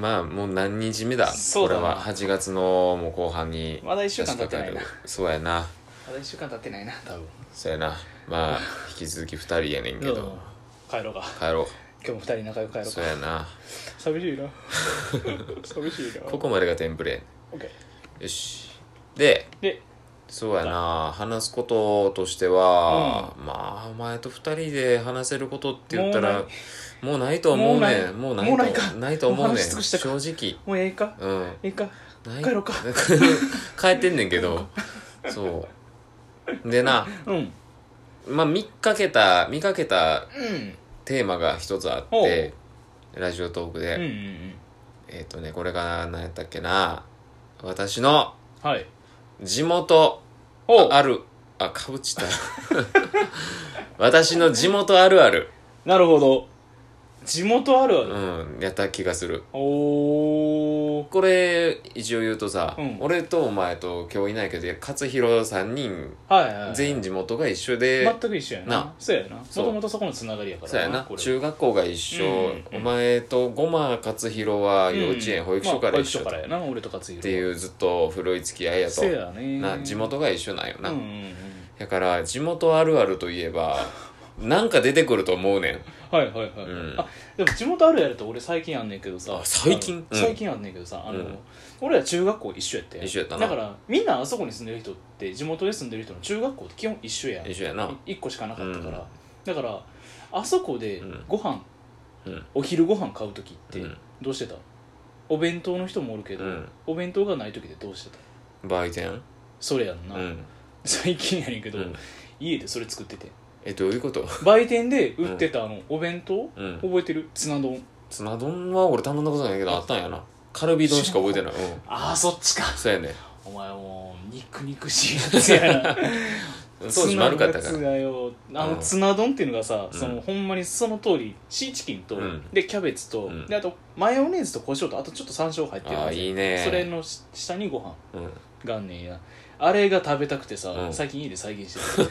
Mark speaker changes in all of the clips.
Speaker 1: まあもう何日目だ
Speaker 2: そうだな
Speaker 1: これは8月のもう後半に
Speaker 2: まだ1週間経ってない
Speaker 1: 差し
Speaker 2: な
Speaker 1: 掛かるそうやな
Speaker 2: まだ1週間経ってないな多分
Speaker 1: そうやなまあ引き続き2人やねんけど
Speaker 2: 帰ろうか
Speaker 1: 帰ろ
Speaker 2: 今日も2人仲良く帰
Speaker 1: う
Speaker 2: ろう
Speaker 1: そう
Speaker 2: か
Speaker 1: やな
Speaker 2: 寂しいな寂しいな
Speaker 1: ここまでがテンプレ
Speaker 2: OK
Speaker 1: よしで
Speaker 2: で
Speaker 1: そうやな話すこととしては、まあお前と2人で話せることって言ったら
Speaker 2: も
Speaker 1: もうないと思うねん
Speaker 2: も
Speaker 1: も
Speaker 2: う
Speaker 1: うな
Speaker 2: な
Speaker 1: いいと
Speaker 2: もうないか
Speaker 1: と思う
Speaker 2: もう
Speaker 1: ねん
Speaker 2: 話し尽くしたか
Speaker 1: 正
Speaker 2: もうええか
Speaker 1: 直うん
Speaker 2: ええか
Speaker 1: ない
Speaker 2: 帰ろうか
Speaker 1: 帰ってんねんけどそうでな
Speaker 2: うんうん
Speaker 1: まあ見かけた見かけたテーマが一つあってラジオトークで、
Speaker 2: うんうんうん
Speaker 1: えっ、とねこれが何やったっけな私の
Speaker 2: はい
Speaker 1: 地元
Speaker 2: お
Speaker 1: あるあかぶっちった 私の地元あるある、
Speaker 2: なるほど地元あるある
Speaker 1: うん、やった気がする
Speaker 2: おー
Speaker 1: これ一応言うとさ、
Speaker 2: うん
Speaker 1: 俺とお前と今日いないけど勝弘3人
Speaker 2: はいはい
Speaker 1: 全員地元が一緒で、
Speaker 2: 全く一緒やな
Speaker 1: な
Speaker 2: そうやなも
Speaker 1: そう
Speaker 2: ともとそこのつながりやから
Speaker 1: そうやな
Speaker 2: これは
Speaker 1: 中学校が一緒、
Speaker 2: うんうん
Speaker 1: お前とごま勝弘は
Speaker 2: うん
Speaker 1: 幼稚園、保育所から一緒
Speaker 2: まあ保育所か
Speaker 1: っ
Speaker 2: らやな俺と勝弘
Speaker 1: ていうずっと古い付き合いやと
Speaker 2: せやね
Speaker 1: な地元が一緒なんよな、
Speaker 2: うんうんうん
Speaker 1: だから地元あるあるといえば なんか出てくると思うねん
Speaker 2: はいはいはい、
Speaker 1: うん
Speaker 2: あでも地元あるやると俺最近あんねんけどさ
Speaker 1: あ最近
Speaker 2: あの
Speaker 1: うん
Speaker 2: 最近あんねんけどさあの、
Speaker 1: うん
Speaker 2: 俺ら中学校一緒やって
Speaker 1: 一緒やったな
Speaker 2: だからみんなあそこに住んでる人って地元で住んでる人の中学校って基本一緒やん
Speaker 1: 一緒やな
Speaker 2: 1個しかなかったから、
Speaker 1: うん
Speaker 2: だからあそこで
Speaker 1: うん
Speaker 2: ご飯、
Speaker 1: うん
Speaker 2: お昼ご飯買う時って
Speaker 1: うん
Speaker 2: どうしてた、お弁当の人もおるけど、
Speaker 1: うん
Speaker 2: お弁当がない時ってどうしてた
Speaker 1: 売店
Speaker 2: それやん
Speaker 1: う
Speaker 2: な、
Speaker 1: ん、
Speaker 2: 最近やねんけ
Speaker 1: う
Speaker 2: ど、
Speaker 1: ん、
Speaker 2: 家でそれ作ってて
Speaker 1: えどういうこと
Speaker 2: 売店で売ってたあのお弁当、
Speaker 1: うん
Speaker 2: 覚えてるツナ丼
Speaker 1: ツナ丼は俺頼んだことないけどあったんやなカルビ丼しか覚えてない、うん、
Speaker 2: ああそっちか
Speaker 1: そうやね
Speaker 2: お前もう肉肉しいやつやな
Speaker 1: 当時丸かった
Speaker 2: ツ
Speaker 1: か
Speaker 2: ナのやつ
Speaker 1: ら
Speaker 2: がよあの
Speaker 1: うん
Speaker 2: ツナ丼っていうのがさ、
Speaker 1: うん
Speaker 2: そのほんまにその通りシーチキンと、
Speaker 1: うん
Speaker 2: でキャベツと、
Speaker 1: うん
Speaker 2: であとマヨネーズと胡椒とあとちょっと山椒入ってる
Speaker 1: あ
Speaker 2: や
Speaker 1: あ
Speaker 2: つ
Speaker 1: いいね
Speaker 2: それのし下にご飯
Speaker 1: うん
Speaker 2: があんねんやあれが食べたくてさ、
Speaker 1: うん
Speaker 2: 最近家で再 現して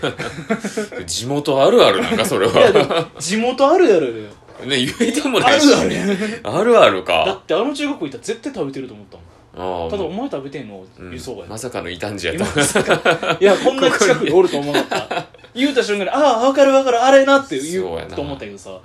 Speaker 1: 地元あるあるなんかそれ
Speaker 2: るいやでも
Speaker 1: は
Speaker 2: 地元あるやろよ
Speaker 1: ね言えても
Speaker 2: あ
Speaker 1: ない
Speaker 2: る
Speaker 1: し
Speaker 2: あるやろ
Speaker 1: あるある
Speaker 2: だ
Speaker 1: か
Speaker 2: ってあの中学校行ったら絶対食べてると思ったもん
Speaker 1: ああ
Speaker 2: ただお前食べてんの
Speaker 1: うん
Speaker 2: 輸送外
Speaker 1: まさかの異端児やっ
Speaker 2: 今
Speaker 1: た
Speaker 2: まさかいやこんな近くにおると思わなかった言うた瞬間にああ分かる分かるあれなって言
Speaker 1: そうや
Speaker 2: う
Speaker 1: な
Speaker 2: と思ったけどさ
Speaker 1: うん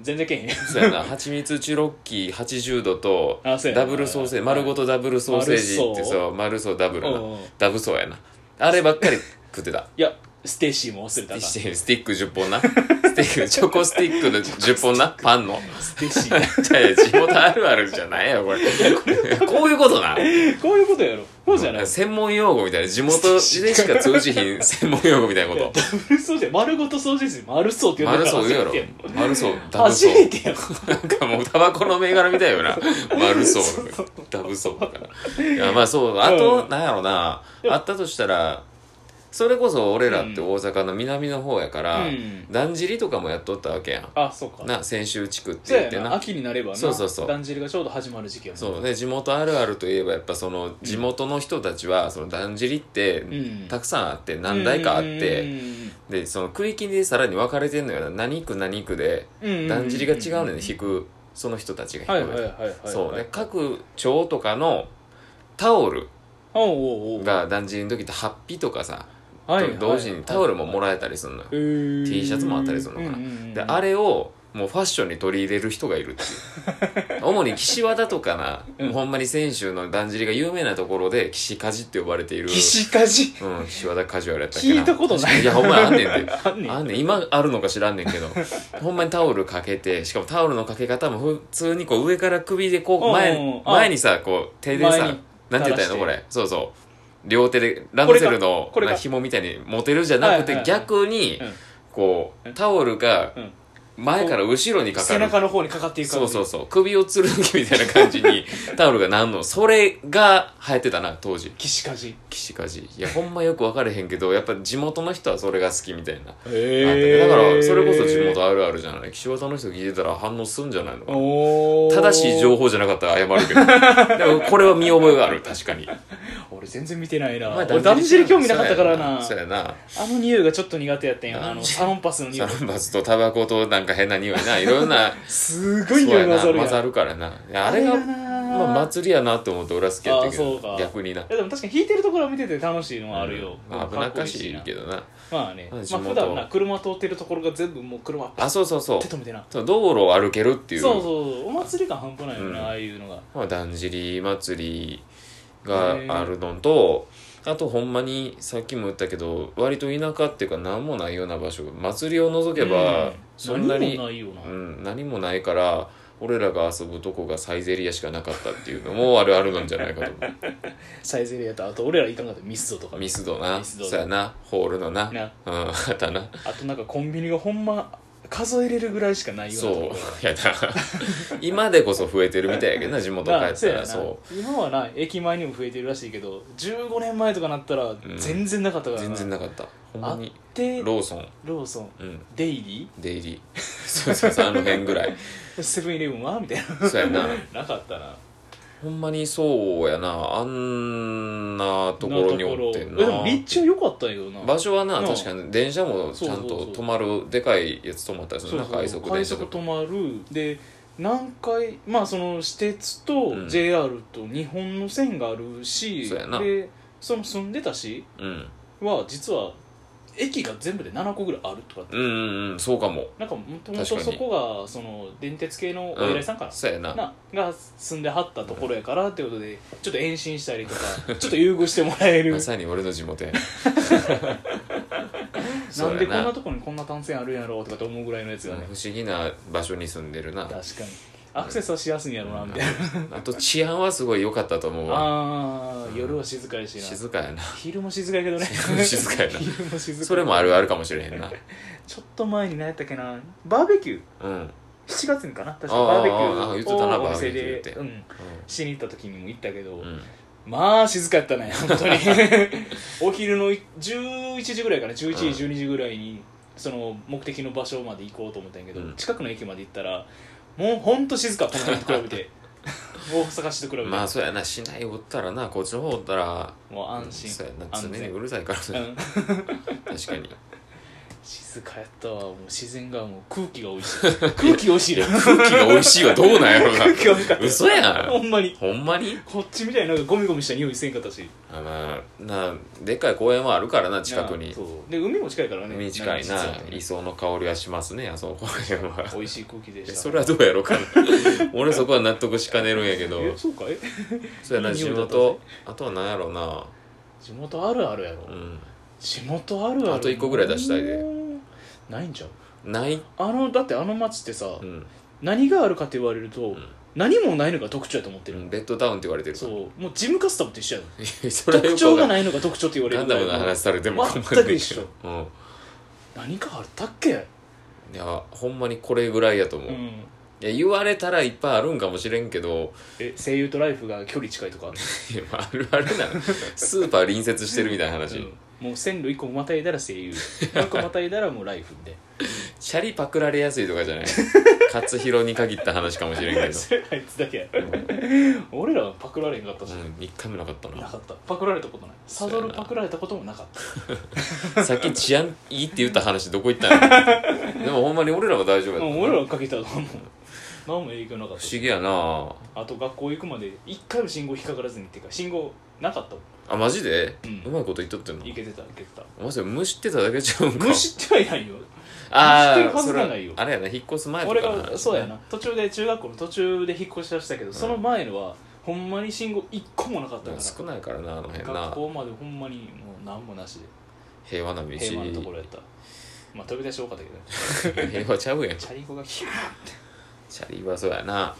Speaker 2: 全然けえへん
Speaker 1: そうやな 蜂蜜チュロッキー80度と
Speaker 2: あそうやな
Speaker 1: ダブルソーセージ丸ごとダブルソーセージってそう丸そうダブル
Speaker 2: うんうん
Speaker 1: なダブソーやなあればっかり食ってた
Speaker 2: い やステイシーも忘れたな
Speaker 1: スティック10本なスティ ックチョコスティックの10本なパンの
Speaker 2: ステイシー
Speaker 1: じゃあ地元あるあるじゃないよこれこういうことな
Speaker 2: こういうことやろこうじゃない
Speaker 1: 専門用語みたいな地元でしか通じひん専門用語みたいなこ
Speaker 2: いや
Speaker 1: と
Speaker 2: ダブルソーセージ丸ごと掃除です丸そうって呼ん
Speaker 1: 丸
Speaker 2: でた
Speaker 1: そう
Speaker 2: 初
Speaker 1: 言うや
Speaker 2: め
Speaker 1: ろ
Speaker 2: てやん
Speaker 1: 丸そうダブ
Speaker 2: 初
Speaker 1: そう
Speaker 2: めてやん
Speaker 1: なんかもうタバコの銘柄みたいよ な丸そうと
Speaker 2: そ
Speaker 1: か
Speaker 2: う
Speaker 1: ダブそうとかいやまあそうあと、
Speaker 2: うん
Speaker 1: なんやろな
Speaker 2: でも
Speaker 1: あったとしたらそれこそ俺らって大阪の南の方やから、
Speaker 2: うん
Speaker 1: だんじりとかもやっとったわけやん
Speaker 2: あそうか
Speaker 1: な泉州地区って
Speaker 2: そう
Speaker 1: 言っ
Speaker 2: や
Speaker 1: て
Speaker 2: な
Speaker 1: な
Speaker 2: 秋になればな
Speaker 1: そうそうそう
Speaker 2: だんじりがちょうど始まる時期やもん
Speaker 1: そうね地元あるあるといえばやっぱその地元の人たちはそのだんじりって
Speaker 2: うん
Speaker 1: たくさんあって何台かあって、でその区域でさらに分かれてんのよな何区何区でだんじりが違うのよ
Speaker 2: ね
Speaker 1: 引くその人たちが
Speaker 2: はい
Speaker 1: 引
Speaker 2: はい
Speaker 1: く、
Speaker 2: はいはいはい
Speaker 1: そうね各町とかのタオル
Speaker 2: おうおうおう
Speaker 1: がだんじりの時ってハッピとかさ、
Speaker 2: はい
Speaker 1: と同時にタオルももらえたりするのよ、
Speaker 2: えー
Speaker 1: T シャツもあったりするのかな
Speaker 2: うんうんうん
Speaker 1: であれをもうファッションに取り入れる人がいるって いう主に岸和田とかな、
Speaker 2: うん
Speaker 1: ほんまに泉州のだんじりが有名なところで岸かじって呼ばれている
Speaker 2: 岸かじ
Speaker 1: うん、岸和田カジュアルやったっけな
Speaker 2: 聞いたことない
Speaker 1: いやほんまにあんねんで
Speaker 2: あんねん
Speaker 1: あんねん今あるのか知らんねんけ どほんまにタオルかけてしかもタオルのかけ方も普通にこう上から首でこう
Speaker 2: うんうんうん
Speaker 1: 前
Speaker 2: あ
Speaker 1: 前にさこう手で
Speaker 2: 前
Speaker 1: さ
Speaker 2: に
Speaker 1: なんて言ったらいいの
Speaker 2: 垂
Speaker 1: こ
Speaker 2: ら
Speaker 1: れそうそう両手でランドセルの
Speaker 2: これかこれか
Speaker 1: な紐みたいに持てるじゃなく
Speaker 2: はいはいは
Speaker 1: て
Speaker 2: い
Speaker 1: 逆に
Speaker 2: うん
Speaker 1: こ
Speaker 2: う
Speaker 1: うんタオルが
Speaker 2: うん
Speaker 1: 前から後ろにかか
Speaker 2: 背
Speaker 1: る
Speaker 2: 中の方にかかっていく感
Speaker 1: そう
Speaker 2: じ
Speaker 1: そうそう首をつるむみたいな感じ にタオルがなんのそれが流行ってたな当時
Speaker 2: 岸かじ
Speaker 1: 岸かじいやほんまよく分かれへんけどやっぱ地元の人はそれが好きみたいな
Speaker 2: へ
Speaker 1: だからそれこそ地元あるあるじゃない岸和田の人聞いてたら反応すんじゃないのかな
Speaker 2: お
Speaker 1: 正しい情報じゃなかったら謝るけどでもこれは見覚えがある確かに
Speaker 2: 報俺全然見てないな
Speaker 1: お前
Speaker 2: 俺だんじり興味なかったからな
Speaker 1: そうやな
Speaker 2: あの匂いがちょっと苦手やったんやあ
Speaker 1: だん
Speaker 2: の
Speaker 1: じり
Speaker 2: サロンパスの
Speaker 1: サ
Speaker 2: 匂い
Speaker 1: ロンバスとタバコとなんか変な匂いないろんな
Speaker 2: すご
Speaker 1: そう
Speaker 2: い匂い
Speaker 1: や
Speaker 2: 混
Speaker 1: な
Speaker 2: ざるや
Speaker 1: 混
Speaker 2: ん
Speaker 1: ざるからないやあれが
Speaker 2: あれがな
Speaker 1: まあ、祭りやなと思って俺は好きやったけ
Speaker 2: あそうか
Speaker 1: ど逆にない
Speaker 2: やでも確かに弾いてるところを見てて楽しいのはあるよ、
Speaker 1: まあ危なっかしいけ
Speaker 2: ど
Speaker 1: どな
Speaker 2: まあね、
Speaker 1: ま
Speaker 2: ま
Speaker 1: あ
Speaker 2: あ、
Speaker 1: 地元
Speaker 2: 普段な車通ってるところが全部もう車パ
Speaker 1: あそうそうそう
Speaker 2: ッて止めてな
Speaker 1: そう道路を歩けるってい
Speaker 2: そう
Speaker 1: う
Speaker 2: そうそうお祭り感半端ないよな、
Speaker 1: うん
Speaker 2: ああいうのが
Speaker 1: まあ、だんじり祭りがあるのとあとほんまにさっきも言ったけど割と田舎っていうか何もないような場所祭りを除けばそんなに、
Speaker 2: 何もないよな、
Speaker 1: うん、何もないから俺らが遊ぶとこがサイゼリアしかなかったっていうのもあるあるなんじゃないかと思
Speaker 2: サイゼリヤとあと俺らいかんかったミスド とか
Speaker 1: うミスドな
Speaker 2: ミスド
Speaker 1: そうやなホールのな
Speaker 2: な
Speaker 1: うんあったな
Speaker 2: あとなんかコンビニがほんま数えれるぐらいしかないようなとこ
Speaker 1: そうやな 今でこそ増えてるみたいやけどな地元帰
Speaker 2: な
Speaker 1: ったら
Speaker 2: そうやな
Speaker 1: そう
Speaker 2: 今はな駅前にも増えてるらしいけど15年前とかなったら全然なかったからな、
Speaker 1: 全然なかったほんまに
Speaker 2: あってロ
Speaker 1: ローソン
Speaker 2: ーソン
Speaker 1: うん
Speaker 2: デイリ
Speaker 1: デイリー そうそうそうあの辺ぐらい
Speaker 2: ーセブンイレブンはみたい
Speaker 1: そうやな
Speaker 2: ななかったな
Speaker 1: ほんまにそうやなあんなところにおってん
Speaker 2: えでも立地は良かったよな
Speaker 1: 場所はな
Speaker 2: なあ
Speaker 1: 確かに電車もちゃん
Speaker 2: そうそう
Speaker 1: と
Speaker 2: そう
Speaker 1: 止まるでかいやつ止まったりするな快速電車とか
Speaker 2: 快速止まるで南海まあその私鉄
Speaker 1: う
Speaker 2: と
Speaker 1: ん
Speaker 2: JR と日本の線があるし、
Speaker 1: そうやな
Speaker 2: でその住んでた市
Speaker 1: うん
Speaker 2: は実は駅が全部で7個ぐらいあるとかって
Speaker 1: うんうんうんそうかも
Speaker 2: なんかもとも
Speaker 1: 確か
Speaker 2: と
Speaker 1: に
Speaker 2: そこがその電鉄系のお
Speaker 1: うん
Speaker 2: 偉いさんかな,、
Speaker 1: そうやな
Speaker 2: なが住んではったところやからってことでちょっと延伸したりとか ちょっと優遇してもらえる
Speaker 1: まさに俺の地 元や
Speaker 2: な
Speaker 1: そ
Speaker 2: ん
Speaker 1: う
Speaker 2: で
Speaker 1: や
Speaker 2: こんなとこにこんな単線あるんやろうとかって思うぐらいのやつ
Speaker 1: うん
Speaker 2: がね、
Speaker 1: 不思議な場所に住んでるな
Speaker 2: 確かにアクセスはしやすいんやろうなみたいな、
Speaker 1: あと治安はすごい良かったと思うわ
Speaker 2: ああ夜は静かやしな
Speaker 1: 静かやな
Speaker 2: 昼も静かやけどね
Speaker 1: 昼も静かやな
Speaker 2: 昼も静か
Speaker 1: それもあるあるかもしれへんな
Speaker 2: ちょっと前に何やったっけなバーベキュー
Speaker 1: うんうん
Speaker 2: 7月にかな確か
Speaker 1: あー
Speaker 2: バーベキ
Speaker 1: あー言っ
Speaker 2: ュー
Speaker 1: てたな
Speaker 2: をお店
Speaker 1: バーベ
Speaker 2: で
Speaker 1: キューって
Speaker 2: うんしに行った時にも行ったけ
Speaker 1: う
Speaker 2: ど、
Speaker 1: ん
Speaker 2: まあ静かやったね 本当にお昼の11時ぐらいかな11時、12時ぐらいにその目的の場所まで行こうと思ったんやけど、
Speaker 1: うん
Speaker 2: 近くの駅まで行ったらもうほんと静かこの辺と比 べて大阪市と比べて、
Speaker 1: まあそうやな市内おったらなこっちの方おったら
Speaker 2: もう安心
Speaker 1: そうやな常
Speaker 2: 安
Speaker 1: に
Speaker 2: 全
Speaker 1: うるさいから
Speaker 2: う
Speaker 1: なん確かに
Speaker 2: 静かやったわもう自然がもう空気が美味しい空気美味しい な
Speaker 1: 空気が美味しいはどうなんやろな
Speaker 2: 空気が美味しかった
Speaker 1: 嘘やん
Speaker 2: ほんまに
Speaker 1: ほんまに
Speaker 2: こっちみたいになんかゴミゴミした匂いせんかったし
Speaker 1: あまあなでっかい公園はあるからな近く
Speaker 2: な
Speaker 1: に
Speaker 2: あそうで海も近いからね
Speaker 1: 海近い
Speaker 2: 実は
Speaker 1: な磯の香りはしますねあそこ公園は
Speaker 2: 美味しい空気 で
Speaker 1: え
Speaker 2: した
Speaker 1: それはどうやろうかな 俺そこは納得しかねるんやけど
Speaker 2: えそうかい
Speaker 1: そうやない
Speaker 2: い
Speaker 1: 地
Speaker 2: 匂いだった
Speaker 1: 元あとは何やろうな
Speaker 2: 地元あるあるやろ、
Speaker 1: うん
Speaker 2: 地元あるある
Speaker 1: あと一個ぐらい出したいで
Speaker 2: うんないんちゃう
Speaker 1: ない
Speaker 2: あのだってあの町ってさ、
Speaker 1: うん
Speaker 2: 何があるかって言われると、
Speaker 1: ん
Speaker 2: 何もないのが特徴やと思ってる、
Speaker 1: ベッドタウンって言われてるか
Speaker 2: そう
Speaker 1: ら
Speaker 2: もうジムカスタムと一緒や ろ
Speaker 1: それは
Speaker 2: 特
Speaker 1: よく
Speaker 2: 徴
Speaker 1: わか
Speaker 2: が
Speaker 1: んない
Speaker 2: ないのが特徴って言われ
Speaker 1: ガ
Speaker 2: る
Speaker 1: ンダム
Speaker 2: ぐらい
Speaker 1: の話されても困るんだけど
Speaker 2: 全く一緒
Speaker 1: うん
Speaker 2: 何かあったっけ、
Speaker 1: いやほんまにこれぐらいやと思
Speaker 2: う
Speaker 1: う、い
Speaker 2: ん、
Speaker 1: や言われたらいっぱいあるんかもしれんけど
Speaker 2: え声優とライフが距離近いとかある
Speaker 1: いやあるあるな スーパー隣接してるみたいな話、
Speaker 2: もう線路1個またいだら声 優1個またいだらもうライフみたいな
Speaker 1: シャリパクられやすいとかじゃ ない勝弘に限った話かもしれんけど
Speaker 2: それあいつだけや俺らはパクられへんかったし、
Speaker 1: うん一回もなかった
Speaker 2: な
Speaker 1: な
Speaker 2: かったパクられたことないサドルパクられたこともなかった
Speaker 1: さっき治安いいって言った話どこ行った のでもほんまに俺らは大丈夫やった
Speaker 2: う
Speaker 1: なん
Speaker 2: 俺らがかけたのはもう何も影響なかった
Speaker 1: 不
Speaker 2: し
Speaker 1: 思議やな
Speaker 2: あと学校行くまで一回も信号引っかからずにっていうか信号なかったも
Speaker 1: あマジで、う
Speaker 2: うん
Speaker 1: まいこと言っとってんの
Speaker 2: んいけてたいけてた
Speaker 1: お前それ虫ってただけちゃうんか
Speaker 2: 無視ってはいないよ
Speaker 1: あ
Speaker 2: 虫
Speaker 1: ー
Speaker 2: ってるはずがないよ
Speaker 1: それあれやな引っ越す前とか
Speaker 2: 俺
Speaker 1: の話
Speaker 2: がそうやな途中で中学校の途中で引っ越し出したけど、その前のはほんまに信号一個もなかった
Speaker 1: も
Speaker 2: か
Speaker 1: う少
Speaker 2: ら
Speaker 1: ないからなあの辺
Speaker 2: 学
Speaker 1: な
Speaker 2: 校までほんまにもう何もなし
Speaker 1: 平和な道
Speaker 2: で平和なところやったまあ飛び出し多かったけど ね
Speaker 1: 平和ちゃうやん
Speaker 2: チャリコがキャーって
Speaker 1: チャリはそうやな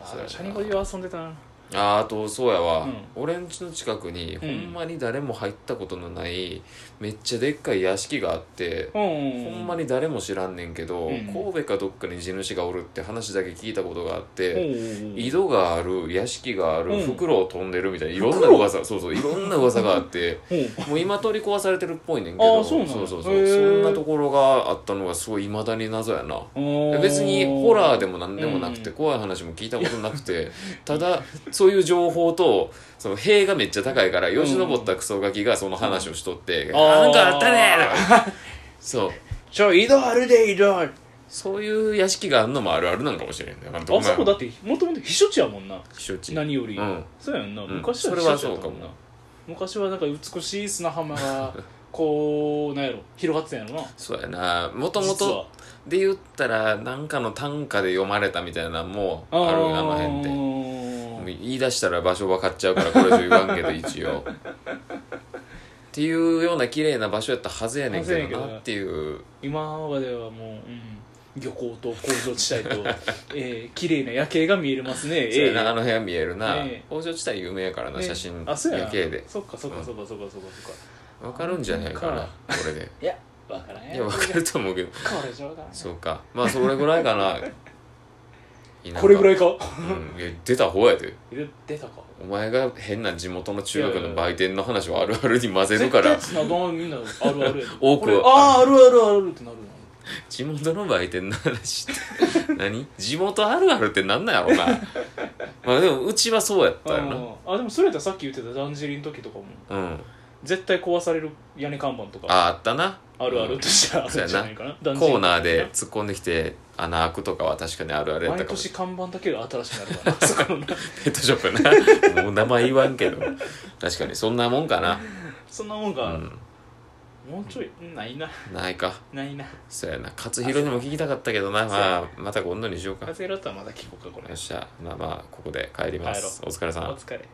Speaker 2: あ
Speaker 1: そうやな
Speaker 2: ーチャリコで遊んでたな
Speaker 1: あーあとそうやわ、
Speaker 2: うん
Speaker 1: 俺ん家の近くにほ
Speaker 2: うん
Speaker 1: んまに誰も入ったことのない、めっちゃでっかい屋敷があって、
Speaker 2: うん
Speaker 1: ほんまに誰も知らんねんけど、
Speaker 2: うん
Speaker 1: 神戸かどっかに地主がおるって話だけ聞いたことがあって、井
Speaker 2: 移
Speaker 1: 戸がある屋敷がある、
Speaker 2: うん
Speaker 1: 袋を飛んでるみたいないろんな
Speaker 2: 袋
Speaker 1: 噂そうそういろんな噂があ ってもう今取り壊されてるっぽいねんけ
Speaker 2: あ
Speaker 1: ど
Speaker 2: ーそうなんや
Speaker 1: そうそうそ
Speaker 2: へ
Speaker 1: う
Speaker 2: ー
Speaker 1: そんなところがあったのがすごい未だに謎やな
Speaker 2: 動
Speaker 1: 別にホラーでも何でもなくて
Speaker 2: うん
Speaker 1: 怖い話も聞いたことなくてただそういう情報とその塀がめっちゃ高いからよじ登ったクソガキがその話をしとって「
Speaker 2: ん
Speaker 1: あ
Speaker 2: あー
Speaker 1: なんかあったね!」とかそう
Speaker 2: ちょ移動あるで移動あ
Speaker 1: そういう屋敷があんのもあるあるなんかもしれんねなんかどんな
Speaker 2: そこだってもともと避暑地やもんな
Speaker 1: 避暑地
Speaker 2: 何より、
Speaker 1: うん
Speaker 2: そうやんな
Speaker 1: うん
Speaker 2: 昔は
Speaker 1: そ
Speaker 2: 避
Speaker 1: れは
Speaker 2: 暑地やったもん
Speaker 1: そうか
Speaker 2: な、
Speaker 1: も
Speaker 2: 昔はなんか美しい砂浜がこうなんやろ 広がってたんやろな
Speaker 1: そうやなもとも
Speaker 2: 実
Speaker 1: と
Speaker 2: は
Speaker 1: で言ったらなんかの短歌で読まれたみたいなのもあ
Speaker 2: あ
Speaker 1: る
Speaker 2: ー
Speaker 1: あの辺ってもう言い出したら場所分かっちゃうからこれ以上言わんけど一応っていうような綺麗な場所やったはずやねん
Speaker 2: はずや
Speaker 1: け
Speaker 2: ねんけ
Speaker 1: ど
Speaker 2: ど
Speaker 1: な
Speaker 2: な
Speaker 1: っていう
Speaker 2: 今まではもう、うん、漁港と工場地帯 と、えー、綺麗な夜景が見えますね
Speaker 1: そうや
Speaker 2: え
Speaker 1: な
Speaker 2: え
Speaker 1: あの部屋見えるな
Speaker 2: ええ
Speaker 1: 工場地帯有名やからな
Speaker 2: ね
Speaker 1: 写真
Speaker 2: あそうやな
Speaker 1: 夜景で
Speaker 2: そっかそっかそっかそっかそっかそっ
Speaker 1: 分
Speaker 2: か
Speaker 1: かるんじゃないかな
Speaker 2: か
Speaker 1: これで
Speaker 2: いやわからん
Speaker 1: いや分かると思うけど
Speaker 2: これじゃわからん
Speaker 1: そうかまあそれぐらいかな
Speaker 2: これぐら
Speaker 1: い、
Speaker 2: いか
Speaker 1: うん、いや出た方やで
Speaker 2: え出たか
Speaker 1: お前が変な地元の中学の売店の話をあるあるに混ぜるから
Speaker 2: 絶対なんかみんなあるあるやで
Speaker 1: 多く
Speaker 2: これあああるあるあるってなるな
Speaker 1: 地元の売店の話って何地元あるあるってなんなんやろうなまあでもうちはそうやったよ
Speaker 2: あーあでもそれやったらさっき言ってただんじりの時とかも
Speaker 1: なうん
Speaker 2: 絶対壊される屋根看板とか
Speaker 1: ああったな
Speaker 2: あるあるとしてあ
Speaker 1: そうやな
Speaker 2: るんじゃないかな
Speaker 1: コ
Speaker 2: だんじり
Speaker 1: ーナーで突っ込んできて穴開くとかは確かにあるあるやった
Speaker 2: 毎
Speaker 1: かもし
Speaker 2: 年看板だけが新しくなるからな そこのな
Speaker 1: れないペットショップな もう名前言わんけど確かにそんなもんかな、
Speaker 2: そんなもん
Speaker 1: う
Speaker 2: が
Speaker 1: ん、
Speaker 2: もうちょいうんないな
Speaker 1: ないか
Speaker 2: ないな
Speaker 1: そうやな勝弘にも聞きたかったけどな
Speaker 2: そうや
Speaker 1: まあまた今度にしようか
Speaker 2: 風ロットはまだ聞こうかこれ
Speaker 1: よっしゃまあまあここで帰りますお疲れさん
Speaker 2: お疲れ